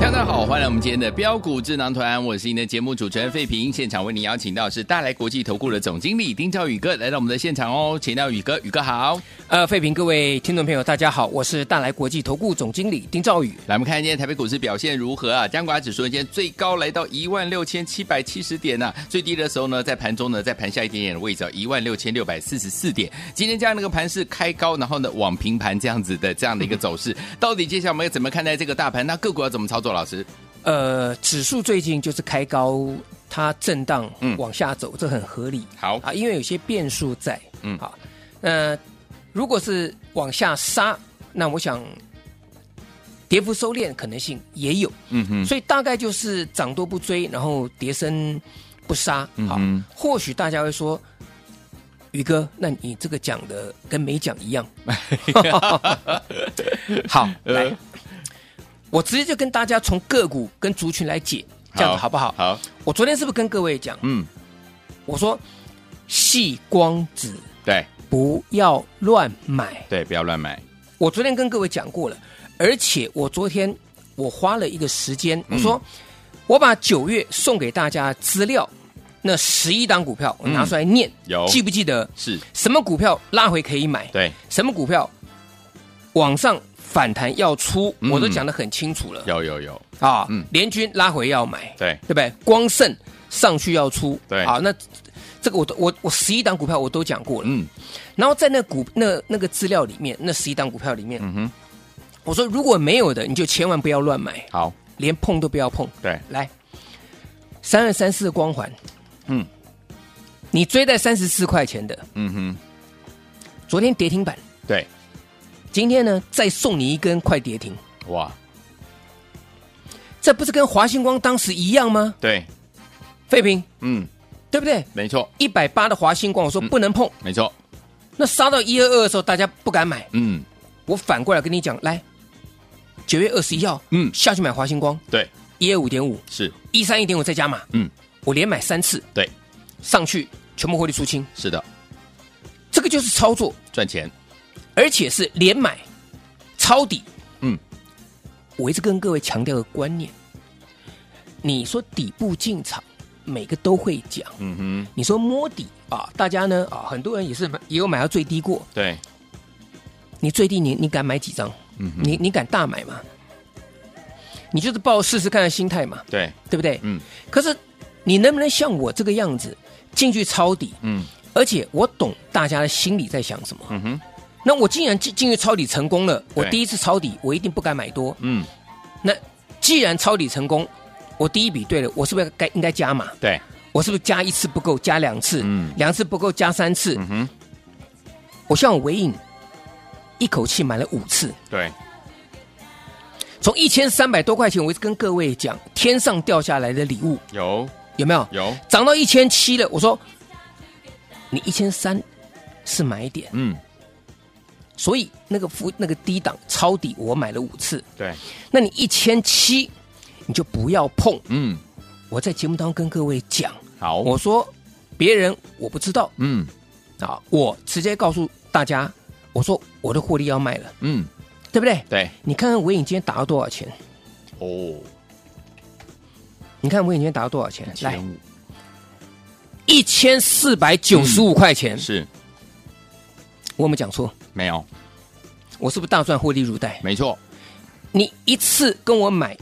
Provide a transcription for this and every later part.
大家好，欢迎来我们今天的标股智囊团，我是您的节目主持人费平。现场为您邀请到是大来国际投顾的总经理丁兆宇哥来到我们的现场哦，请到宇哥，宇哥好。呃，费平，各位听众朋友，大家好，我是大来国际投顾总经理丁兆宇。来，我们看今天台北股市表现如何啊？加权指数今天最高来到一万六千七百七十点呐、最低的时候呢，在盘中呢，在盘下一点点的位置啊，一万六千六百四十四点。今天这样的一个盘是开高，然后呢往平盘这样子的这样的一个走势，到底接下来我们要怎么看待这个大盘？那个股要怎么操作？老师，呃，指数最近就是开高，它震荡嗯往下走，这很合理好，啊，因为有些变数在。嗯好，那如果是往下杀，那我想跌幅收敛可能性也有，嗯哼，所以大概就是涨多不追，然后跌升不杀。好，嗯哼或许大家会说。宇哥，那你这个讲的跟没讲一样。 好，来，我直接就跟大家从个股跟族群来解，这样子好不好？好，我昨天是不是跟各位讲，嗯，我说细光子对不要乱买？对，不要乱买，我昨天跟各位讲过了，而且我昨天我花了一个时间，嗯我说我把九月送给大家的资料那十一档股票，我拿出来念，有记不记得是，什么股票拉回可以买？对，什么股票往上反弹要出，嗯我都讲得很清楚了有有有，啊嗯。联军拉回要买，对对不对？光盛上去要出，对好，那这个我都我我十一档股票我都讲过了，嗯然后在那股那那个资料里面，那十一档股票里面，嗯哼，我说如果没有的，你就千万不要乱买，好，连碰都不要碰。对，来，三二三四的光环，嗯，你追在三十四块钱的，嗯哼，昨天跌停板，对，今天呢再送你一根快跌停，哇，这不是跟华星光当时一样吗？对，废平，嗯，对不对？没错，一百八的华星光，我说嗯不能碰，没错，那杀到一二二的时候，大家不敢买。嗯，我反过来跟你讲，来，九月二十一号，嗯下去买华星光，对，一二五点五，是，一三一点五再加码，嗯，我连买三次，对，上去全部获利出清，是的，这个就是操作，赚钱，而且是连买抄底。嗯，我一直跟各位强调的观念，你说底部进场，每个都会讲。嗯哼，你说摸底啊，大家呢啊，很多人也是买也有买到最低过。对，你最低你你敢买几张？嗯哼，你你敢大买吗？你就是抱试试看的心态嘛，对，对不对？嗯可是你能不能像我这个样子进去抄底？嗯而且我懂大家的心里在想什么。嗯哼，那我既然进进去抄底成功了，我对第一次抄底，我一定不敢买多。嗯，那既然抄底成功，我第一笔对了，我是不是该应该加码？对，我是不是加一次不够，加两次？嗯两次不够，加三次。嗯哼，我像我尾影，一口气买了五次，对，从一千三百多块钱，我一直跟各位讲，天上掉下来的礼物有有没有？有，涨到一千七了，我说你一千三是买点，嗯，所以那个幅那个低档抄底，我买了五次。对，那你一千七，你就不要碰。嗯，我在节目当中跟各位讲，好，我说别人我不知道嗯啊，我直接告诉大家，我说我的获利要卖了，嗯，对不对？对，你看看伟影今天打到多少钱？哦，你看伟影今天打到多少钱？来，五一千四百九十嗯五块钱，是我有没有讲错？没有，我是不是大赚获利入袋？没错，你一次跟我买，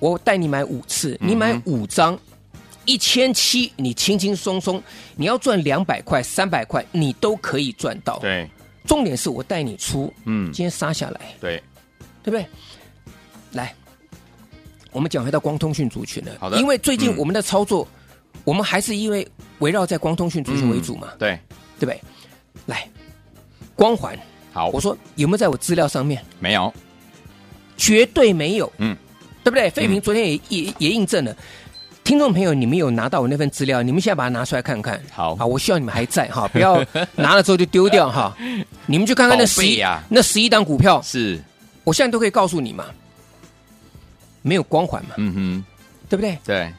我带你买五次，嗯哼你买五张，一千七，你轻轻松松，你要赚两百块、三百块，你都可以赚到。对，重点是我带你出，嗯今，天杀下来，对，对不对？来，我们讲回到光通讯族群了。好的因为最近嗯我们的操作，我们还是因为围绕在光通讯族群为主嘛，嗯对，对不对？来，光环，好我，说有没有在我资料上面？没有，绝对没有，嗯，对不对？嗯费平昨天也、也也印证了。听众朋友，你们有拿到我那份资料？你们现在把它拿出来看看。好啊，我希望你们还在哈，不 要拿了之后就丢掉哈。你们去看看那宝十贝啊一、呀那十一档股票，是，我现在都可以告诉你嘛，没有光环嘛，嗯对不对哼，？对，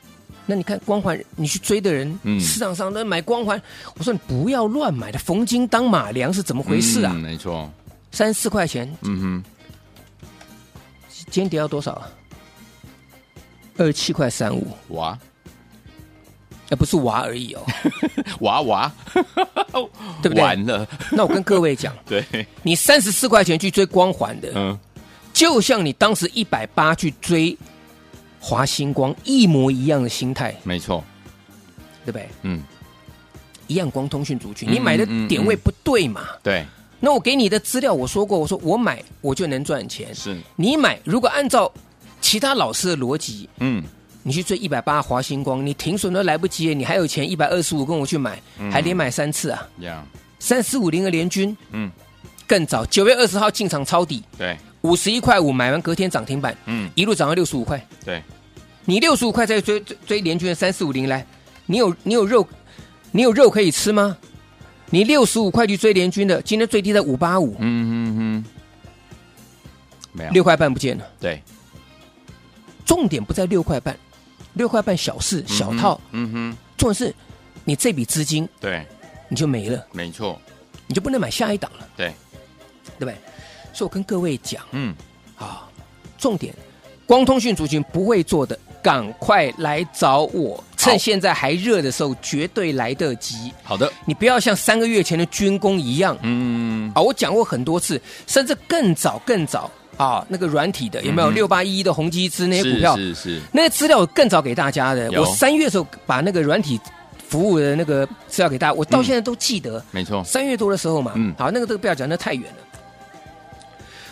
那你看光环，你去追的人，嗯市场上都在买光环，我说你不要乱买的，逢金当马良是怎么回事啊嗯？没错，三十四块钱，嗯今天跌到多少啊？二七块三五，哼，娃那不是娃 而已哦，娃娃，对不对完了， 那我跟各位讲，对，你三十四块钱去追光环的，嗯，就像你当时一百八去追华星光一模一样的心态，没错，对不对？嗯，一样光通讯族群，嗯你买的嗯嗯点位不对嘛？对，那我给你的资料，我说过，我说我买我就能赚钱。是，你买，如果按照其他老师的逻辑，嗯，你去追一百八华星光，你停损都来不及，你还有钱一百二十五跟我去买，嗯还连买三次啊，这样，三四五零的联军嗯，更早，九月二十号进场抄底，对，五十一块五买完隔天涨停板，嗯，一路涨到六十五块，对，你六十五块再追追追联军的三四五零来，你有你有肉，你有肉可以吃吗？你六十五块去追联军的，今天最低在五八五，嗯哼哼，没有，六块半不见了。对，重点不在六块半，六块半小事小套，，嗯哼，重点是你这笔资金对，你就没了，没错，你就不能买下一档了，对，对不对？所以我跟各位讲嗯，啊，重点，光通讯族群不会做的，赶快来找我，趁现在还热的时候，绝对来得及。好的，你不要像三个月前的军工一样嗯，啊，我讲过很多次，甚至更早更早啊，那个软体的有没有嗯哼六八一一的宏基资那些股票？是是，那些资料我更早给大家的，有我三月的时候把那个软体服务的那个资料给大家，我到嗯现在都记得。没错，三月多的时候嘛，嗯好，那个都不要讲，那太远了。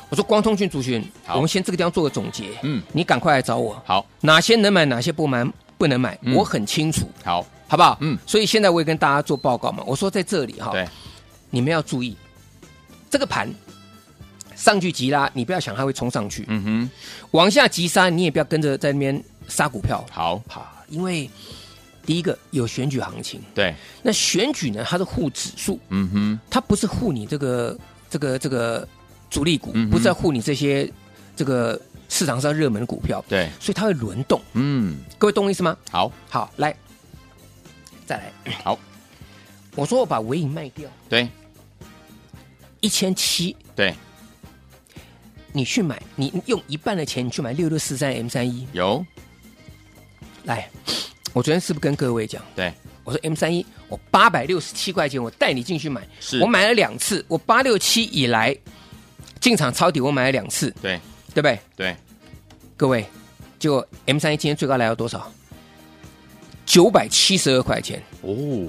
我说光通讯族群，好我们先这个地方做个总结。嗯，你赶快来找我，好，哪些能买，哪些不买，不能买，嗯我很清楚，好，好不好？嗯所以现在我也跟大家做报告嘛，我说在这里哈，对，你们要注意这个盘上去急拉，你不要想它会冲上去，嗯往下急杀，你也不要跟着在那边杀股票哼，，好，啊，因为第一个有选举行情，对，那选举呢，它是护指数，嗯哼，它不是护你这个这个这个主力股，嗯哼不是在护你这些这个市场上热门的股票，对，所以它会轮动。嗯，各位懂我意思吗？好，好，来，再来，好，我说我把尾影卖掉对，一千七。对，你去买，你用一半的钱，你去买六六四三 M 三一。有，来，我昨天是不是跟各位讲，对，我说 M 三一，我八百六十七块钱，我带你进去买，是我买了两次，我八六七以来进场抄底，我买了两次，对，对不对？对，各位，就 M 三一今天最高来到多少？九百七十二块钱。哦，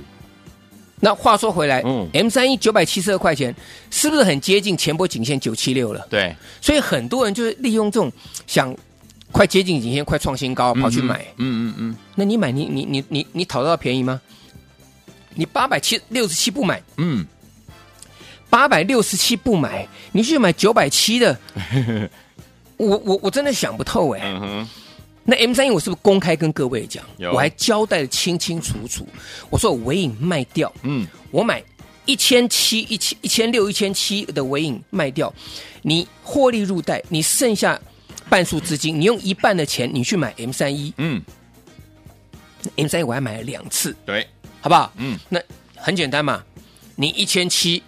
那话说回来，嗯嗯，M 三一九百七十二块钱，是不是很接近前波颈线九七六了？对，所以很多人就是利用这种想快接近颈线、快创新高跑去买。嗯嗯嗯，那你买你你你你你讨得到便宜吗？你八百七六十七不买，嗯，八百六十七不买，你去买九百七的，我我我真的想不透哎、嗯哼，那 M 三一我是不是公开跟各位讲？有我还交代的清清楚楚，我说我尾影卖掉，嗯，我买一千七、一千一千六、一千七的尾影卖掉，你获利入袋，你剩下半数资金，你用一半的钱你去买 M 三一嗯， ，M 三一我还买了两次，对，好不好？嗯，那很简单嘛，你一千七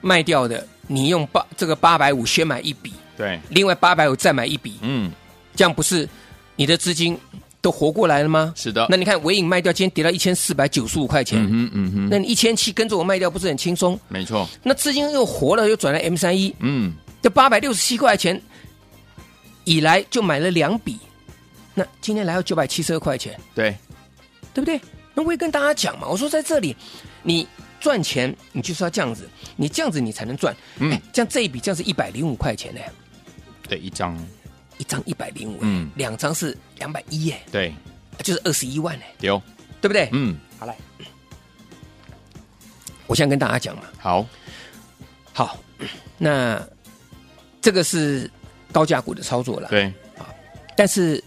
卖掉的，你用八这个八百五先买一笔，对，另外八百五再买一笔，嗯，这样不是你的资金都活过来了吗？是的那你看尾影卖掉，今天跌到一千四百九十五块钱，嗯哼，嗯哼，那你一千七跟着我卖掉，不是很轻松？没错，那资金又活了，又转来 M 三一，嗯，这八百六十七块钱以来就买了两笔，那今天来到九百七十二块钱，对，对不对？那我也跟大家讲嘛，我说在这里，你赚钱你就是要这样子，你这样子你才能赚。嗯哎，这样这一笔这样是一百零五块钱呢、对，一张，一张一百零五，嗯两张是两百一耶，对，就是二十一万哎，丢，对不对？嗯，好嘞，我现在跟大家讲嘛，好，好， 那这个是高价股的操作了，对，但是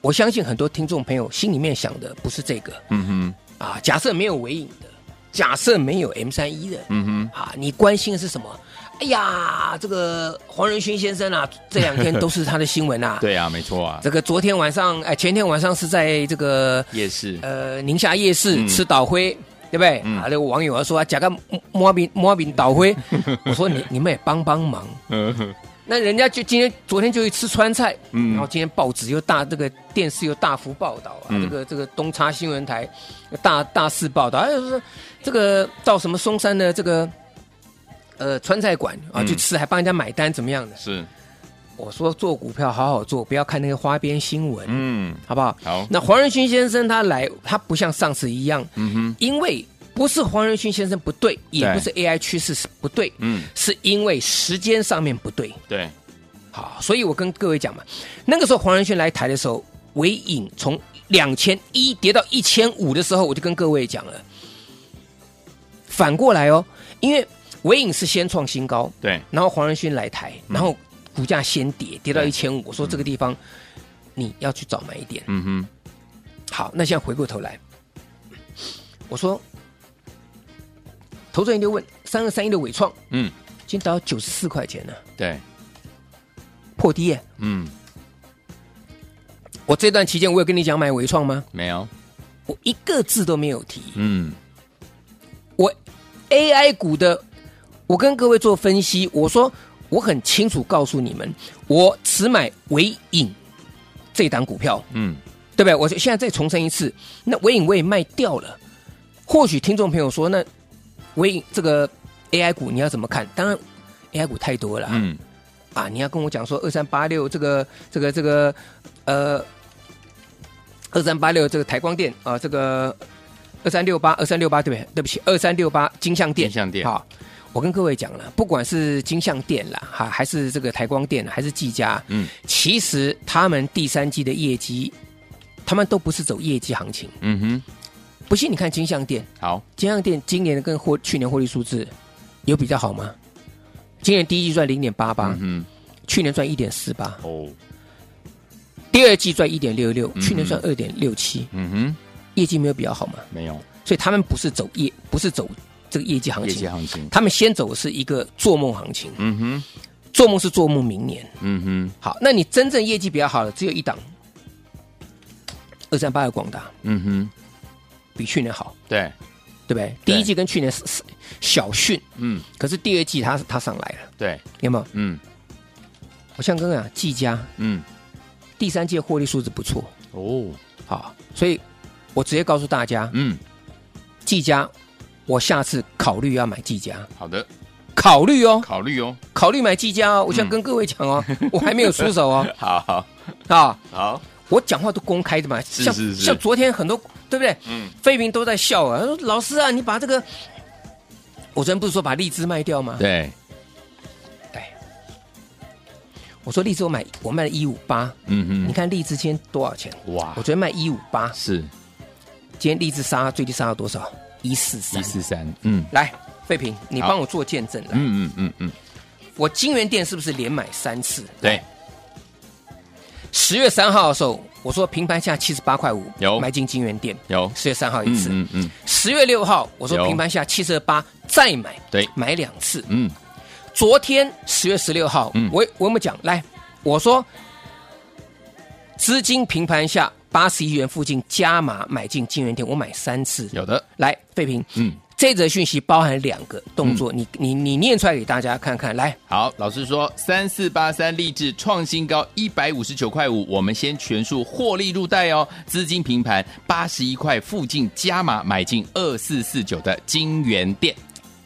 我相信很多听众朋友心里面想的不是这个嗯哼，啊，假设没有尾影的，假设没有 M 三一的，嗯哼，。，啊，你关心的是什么？哎呀，这个黄仁勋先生啊，这两天都是他的新闻啊 对啊，没错啊，这个昨天晚上，哎，前天晚上是在这个夜市，呃宁夏夜市嗯吃倒灰，对不对？嗯啊，那个网友啊说啊，假个摸饼摸饼倒灰，我说你你们也帮帮忙。嗯哼那人家就今天昨天就去吃川菜，嗯然后今天报纸又大，这个电视又大幅报道啊，嗯这个这个东差新闻台大大肆报道，哎，说这个到什么松山的这个呃川菜馆啊嗯去吃，还帮人家买单怎么样的？是，我说做股票好好做，不要看那个花边新闻，嗯，好不好？好，那黄仁勋先生他来，他不像上次一样，嗯哼，因为不是黄仁勋先生不对，也对不是 AI 趋势是不对，嗯，是因为时间上面不对。对，好，所以我跟各位讲嘛，那个时候黄仁勋来台的时候，尾影从两千一跌到一千五的时候，我就跟各位讲了，反过来哦，因为尾影是先创新高，对，然后黄仁勋来台，嗯然后股价先跌，跌到对一千五，我说这个地方你要去找买一点。嗯哼，好，那现在回过头来，我说，投资人就问三二三一的伟创，嗯，今天到九十四块钱呢、对，破低耶、嗯，我这段期间我有跟你讲买微创吗？没有，我一个字都没有提。嗯，我 AI 股的，我跟各位做分析，我说我很清楚告诉你们，我只买微影这档股票，嗯，对不对？我现在再重申一次，那微影我也卖掉了。或许听众朋友说，那微影这个 AI 股你要怎么看？当然，AI 股太多了啊、嗯，啊！你要跟我讲说二三八六这个这个这个呃二三八六这个台光电啊、这个二三六八二三六八对不对？对不起，二三六八金像店，金像店好。我跟各位讲了，不管是金像店啦，哈，还是这个台光电，还是技嘉，嗯，其实他们第三季的业绩，他们都不是走业绩行情。嗯不信你看金像店，哼，好，金像店今年跟获去年获利数字有比较好吗？今年第一季赚零点八八，嗯去年赚一点四八哼，，哦，第二季赚一点六六，嗯去年赚二点六七，嗯业绩没有比较好吗？哼，没有，所以他们不是走业，不是走这个业绩行业绩情，行情，他们先走的是一个做梦行情，嗯哼，做梦是做梦明年。嗯哼，好，那你真正业绩比较好的只有一档，二三八的广达嗯哼，比去年好，对，对不对？对第一季跟去年是是小逊，嗯，可是第二季它它上来了，对，有没有？嗯我像刚刚讲，技嘉嗯，第三季的获利数字不错，哦，好，所以我直接告诉大家，嗯，技嘉，我下次考虑要买技嘉，好的，考虑哦，考虑哦，考虑买技嘉哦。我想嗯跟各位讲哦， 我还没有出手 哦 好好啊，好，我讲话都公开的嘛，是像是是像昨天很多对不对？嗯，费平都在笑啊，他说老师啊，你把这个，我昨天不是说把荔枝卖掉吗？对，我说荔枝我买我卖了一五八，嗯你看荔枝今天多少钱？哼，哇我，昨天卖一五八，是今天荔枝杀最低杀到多少？一四三一。四三，嗯来，费平，你好帮我做见证来。嗯嗯嗯嗯，我金源店是不是连买三次？对，十月三号的时候，我说平盘下七十八块五，有买进金源店。有，十月三号一次，嗯嗯嗯，十月六号我说有平盘下七十八再买，对，买两次。嗯昨天十月十六号，嗯我我有没有讲？来，我说资金平盘下八十一元附近加码买进金源店，我买三次。有的，来，费平，嗯。这则讯息包含两个动作，你你你念出来给大家看看。来，好，老师说三四八三立志创新高一百五十九块五，我们先全数获利入袋哦，资金平盘八十一块附近加码买进二四四九的金源店。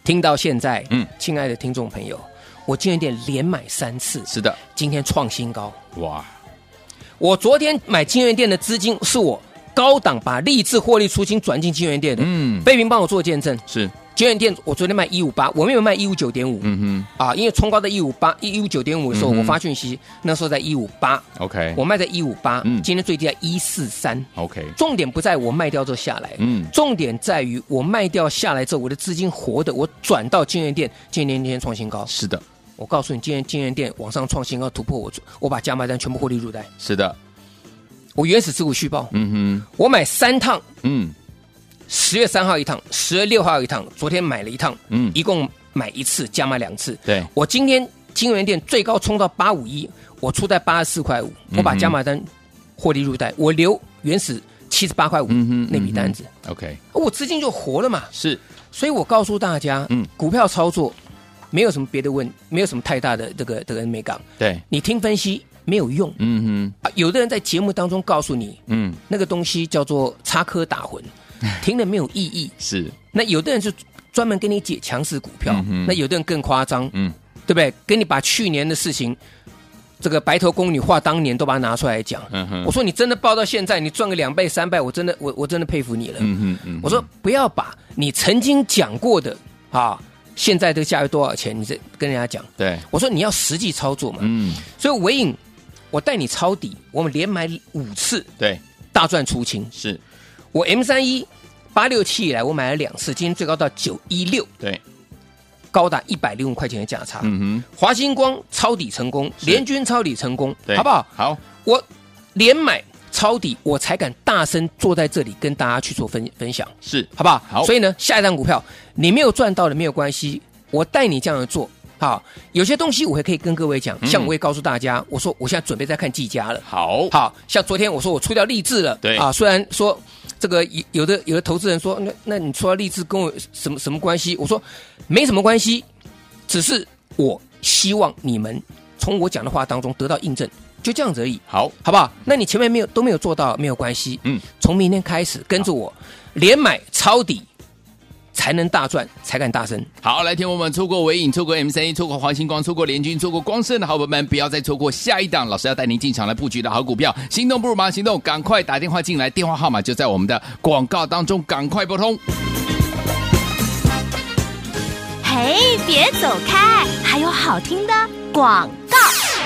听到现在，嗯嗯，亲爱的听众朋友，我金源店连买三次，是的，今天创新高。哇，我昨天买金源店的资金是我高档把励志获利出清转进金源店的，嗯，贝云帮我做见证，是九点店我昨天卖一五八，我没有卖一五九点五嗯啊，因为冲高到一五八、一五九点五的时候，嗯哼我发讯息，那时候在一五八，哼，OK，我卖在一五八嗯，今天最低在一四三。 OK，重点不在我卖掉之后下来，嗯重点在于我卖掉下来之后，我的资金活的，我转到金源店，金源店创新高。是的，我告诉你，今天金源店往上创新高突破我，我把加码单全部获利入袋，是的，我原始持股续报，嗯哼，我买三趟，嗯十月三号一趟，十月六号一趟，昨天买了一趟，嗯，一共买一次，加码两次。对，我今天金源店最高冲到八五一，我出在八十四块五，我把嗯哼加码单获利入袋，我留原始七十八块五嗯哼，那笔单子，嗯哼，OK，我资金就活了嘛。是，所以我告诉大家，嗯嗯，股票操作没有什么别的问，没有什么太大的这个这个美感，对，你听分析没有用嗯哼，啊。有的人在节目当中告诉你嗯，那个东西叫做插科打 诨，听了没有意义。是，那有的人是专门跟你解强势股票，嗯哼那有的人更夸张，嗯，对不对？跟你把去年的事情，这个白头宫女话当年都把它拿出来讲。嗯哼我，说你真的报到现在，你赚个两倍三倍，我真的我我真的佩服你了。嗯哼，嗯哼我说不要把你曾经讲过的啊，现在这个价位多少钱，你再跟人家讲。对，我说你要实际操作嘛。嗯，所以尾影，我带你抄底，我们连买五次对，大赚出清。是，我 M 三一八六七以来，我买了两次，今天最高到九一六，对，高达一百零五块钱的价差。嗯哼，华星光抄底成功，是联军抄底成功，对，好不好？好，我连买抄底，我才敢大声坐在这里跟大家去做分分享。是，好不好？好所以呢，下一档股票你没有赚到的没有关系，我带你这样做。好，有些东西我也可以跟各位讲，嗯像我也告诉大家，我说我现在准备在看技嘉了。好，好像昨天我说我出掉励志了，对啊，虽然说这个有有的有的投资人说，那那你出掉励志跟我什么什么关系？我说没什么关系，只是我希望你们从我讲的话当中得到印证，就这样子而已。好，好不好？那你前面没有都没有做到，没有关系。嗯嗯，从明天开始跟着我，连买抄底，才能大赚，才敢大声。好，来听我们错过伟影、错过 M 三一、错过华星光、错过联军、错过光盛的好朋友们，不要再错过下一档老师要带您进场来布局的好股票，心动不如马上行动，赶快打电话进来，电话号码就在我们的广告当中，赶快拨通。嘿，别走开，还有好听的广告。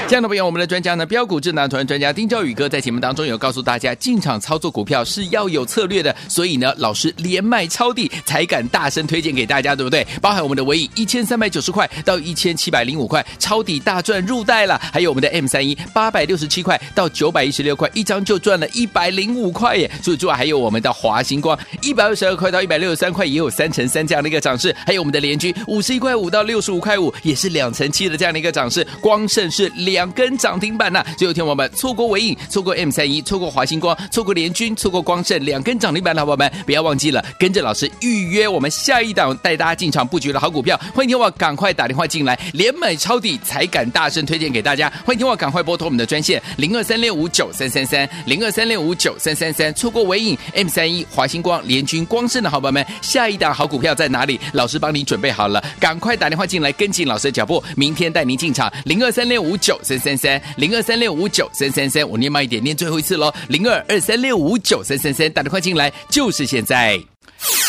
这样的朋友，我们的专家呢，标股智囊团专家丁兆宇哥在节目当中有告诉大家，进场操作股票是要有策略的，所以呢，老师连卖抄底才敢大声推荐给大家，对不对？包含我们的尾影一千三百九十块到一千七百零五块，抄底大赚入袋了；还有我们的 M 三一八百六十七块到九百一十六块，一张就赚了一百零五块耶！所以之外，还有我们的华星光一百二十二块到一百六十三块，也有三成三这样的一个涨势；还有我们的联军五十一块五到六十五块五，也是两成七的这样的一个涨势。光盛是两根涨停板呐、所以有天我们错过尾影，错过 M 三一，错过华星光，错过联军，错过光盛两根涨停板的好朋友们，不要忘记了跟着老师预约我们下一档带大家进场布局的好股票。欢迎听我赶快打电话进来，连买抄底才敢大声推荐给大家。欢迎听我赶快拨通我们的专线零二三六五九三三三零二三六五九三三三。错过尾影 M 三一、华星光、联军、光盛的好朋友们，下一档好股票在哪里？老师帮你准备好了，赶快打电话进来跟进老师的脚步，明天带您进场零二三六五九三三三零二三六五九三三三。我念慢一点，念最后一次喽，零二二三六五九三三三，打电话进来就是现在。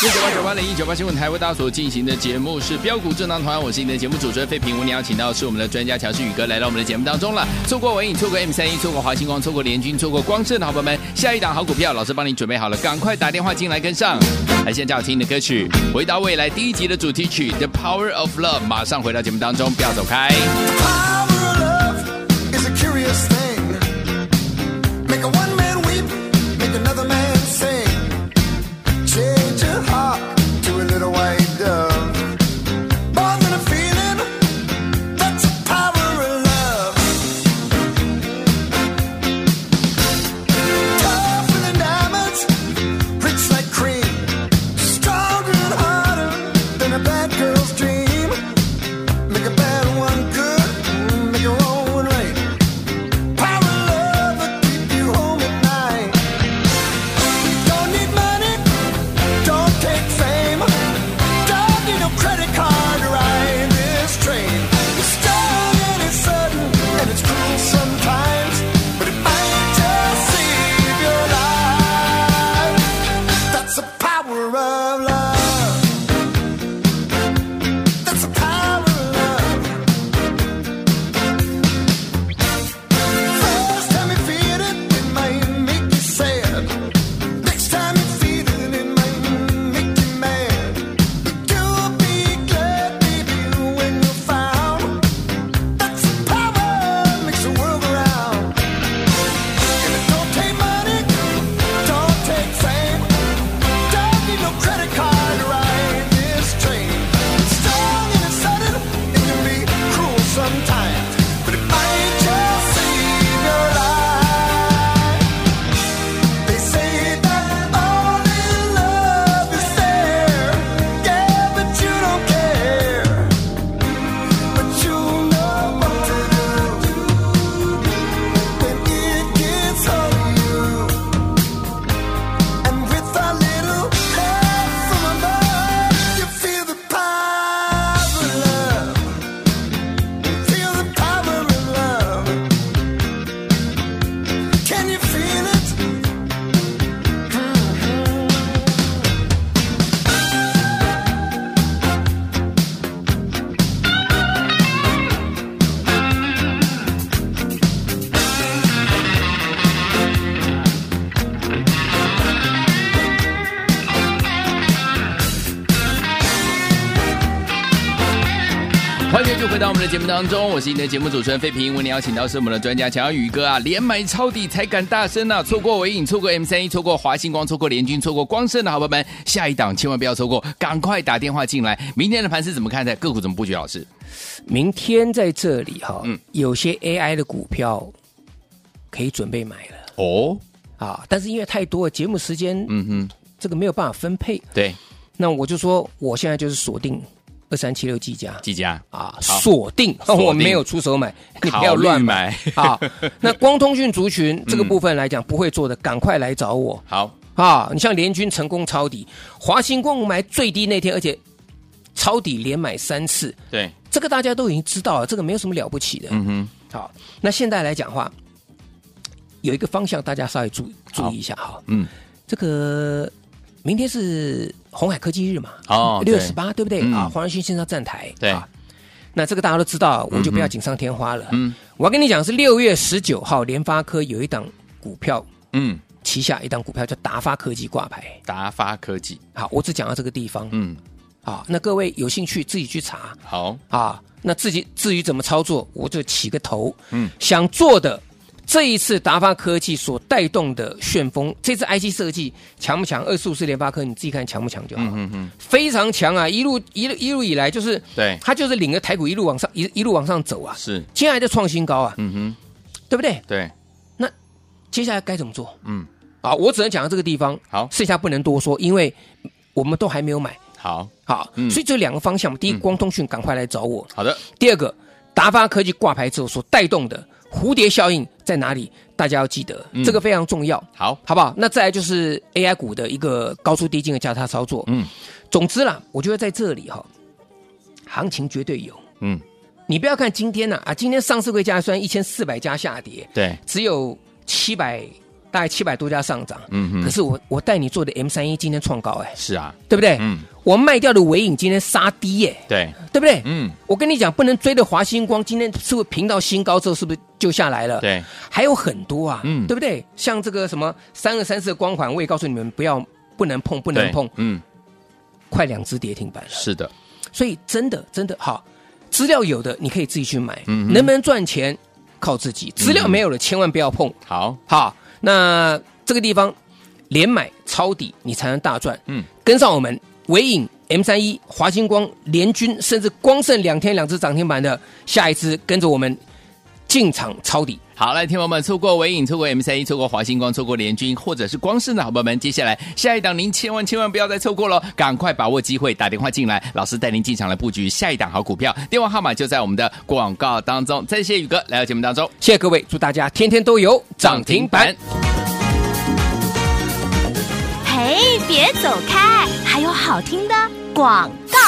六九八九八零一九八新闻台为大家所进行的节目是标股智囊团，我是你的节目主持人费平。我们邀请到的是我们的专家乔世宇哥来到我们的节目当中了。错过文影，错过 M 三一，错过华星光，错过联军，错过光盛的好朋友们，下一档好股票老师帮你准备好了，赶快打电话进来跟上。来，现在要听的歌曲《回到未来》第一集的主题曲《The Power of Love》，马上回到节目当中，不要走开。 Power of love is a curious thing. Make a one man weep, make another man sing. Change your heart to a little white dove. More than a feeling, that's the power of love. Tougher than diamonds, rich like cream, stronger and harder than a bad girl's dream. Make a bad one good. 回到我们的节目当中，我是你的节目主持人费平。为你邀请到是我们的专家强宇哥啊，连买抄底才敢大声啊！错过伟影，错过 M 三一，错过华星光，错过联军，错过光盛的好朋友们，下一档千万不要错过，赶快打电话进来。明天的盘是怎么看待？个股怎么布局？老师，明天在这里哈、嗯有些 AI 的股票可以准备买了哦，啊，但是因为太多了节目时间，嗯哼，这个没有办法分配，对，那我就说我现在就是锁定二三七六技嘉季佳啊，好锁定， 锁定我没有出手买，你不考要虑乱买买 嗯啊。那光通讯族群这个部分来讲不会做的，赶快来找我好，啊！你像联军成功抄底，华星光我买最低那天，而且抄底连买三次，对，这个大家都已经知道了，这个没有什么了不起的。嗯哼，好，那现在来讲话，有一个方向大家稍微注注意一下哈。嗯，这个明天是红海科技日嘛？哦六月十八，对不对、嗯啊？黄仁勋线上站台，对啊那这个大家都知道，我就不要锦上添花了。嗯，我要跟你讲，是六月十九号，联发科有一档股票，嗯，旗下一档股票叫达发科技挂牌。达发科技，好，我只讲到这个地方。嗯，啊，那各位有兴趣自己去查。好，啊，那自己至于怎么操作，我就起个头。嗯嗯，想做的这一次达发科技所带动的旋风，这次 IC 设计强不强？二十五是联发科，你自己看强不强就好。嗯嗯，非常强啊，一路一路一路以来就是，对它就是领着台股一路往上一一路往上走啊，是，接下来就创新高啊，嗯哼，对不对？对，接下来该怎么做嗯，啊？我只能讲到这个地方，好剩下不能多说，因为我们都还没有买。好，好，嗯所以这两个方向，第一，嗯光通讯赶快来找我。好的，第二个，达发科技挂牌之后所带动的蝴蝶效应在哪里？大家要记得，嗯这个非常重要，好，好不好？那再来就是 AI 股的一个高出低进的价差操作。嗯总之啦，我觉得在这里哈、行情绝对有。嗯，你不要看今天呐啊今天上市柜价虽然一千四百家下跌，对，只有七百大概七百多家上涨，嗯可哼，是我我带你做的 M 三一今天创高哎、是啊，对不对？嗯，我卖掉的尾影今天杀低耶、对，对不对？嗯，我跟你讲，不能追的华星光，今天是不是平到新高之后，是不是就下来了？，对，还有很多啊，嗯对不对？像这个什么三二三四的光环，我也告诉你们不要不能碰，不不能碰，嗯，快两只跌停板了。是的，所以真的真的好，资料有的你可以自己去买，嗯哼能不能赚钱靠自己，资料没有了千万不要碰。好，好，那这个地方连买抄底，你才能大赚。嗯，跟上我们伟影 M 三一、华星光、联军，甚至光盛两天两只涨停板的，下一支跟着我们进场抄底。好，来，听友们，错过微影，错过 M 三一，错过华星光，错过联军，或者是光视的好朋友们，接下来下一档您千万千万不要再错过喽，赶快把握机会打电话进来，老师带您进场来布局下一档好股票，电话号码就在我们的广告当中。再谢谢宇哥来到节目当中，谢谢各位，祝大家天天都有涨停板。。嘿，别走开，还有好听的广告。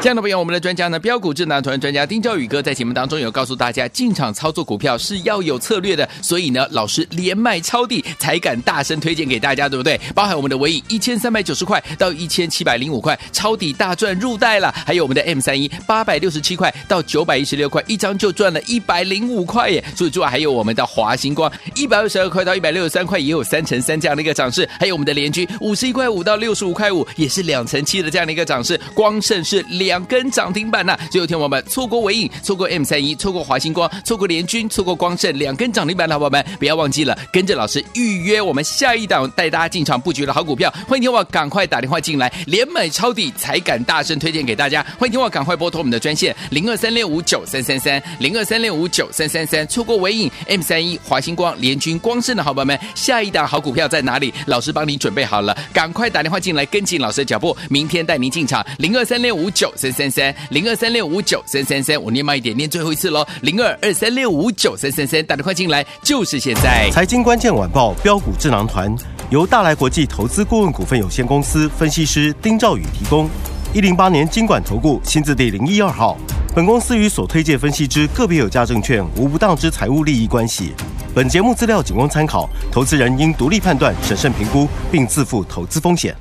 亲爱的朋友我们的专家呢，标股智囊团专家丁兆宇哥在节目当中有告诉大家，进场操作股票是要有策略的，所以呢，老师连卖抄底才敢大声推荐给大家，对不对？包含我们的尾影一千三百九十块到一千七百零五块，抄底大赚入袋了，还有我们的 M 三一八百六十七块到九百一十六块，一张就赚了一百零五块耶！所以之外还有我们的华星光一百二十二块到一百六十三块，也有三成三这样的一个涨势，还有我们的联军五十一块五到六十五块五，也是两成七的这样的一个涨势，光盛是两根涨停板呐、所以有天我们错过尾影，错过 M 三一，错过华星光，错过联军，错过光盛两根涨停板的好朋友们，不要忘记了跟着老师预约我们下一档带大家进场布局的好股票。欢迎听我赶快打电话进来，连买抄底才敢大声推荐给大家。欢迎听我赶快拨通我们的专线零二三六五九三三三零二三六五九三三三。错过尾影 M 三一、华星光、联军、光盛的好朋友们，下一档好股票在哪里？老师帮你准备好了，赶快打电话进来跟紧老师的脚步，明天带您进场零二三六五九三三三零二三六五九三三三。我念慢一点，念最后一次喽，零二二三六五九三三三，打电话进来就是现在。财经关键晚报标股智囊团由大来国际投资顾问股份有限公司分析师丁兆宇提供。一零八年经管投顾新字第零一二号。本公司与所推介分析之个别有价证券无不当之财务利益关系。本节目资料仅供参考，投资人应独立判断、审慎评估，并自负投资风险。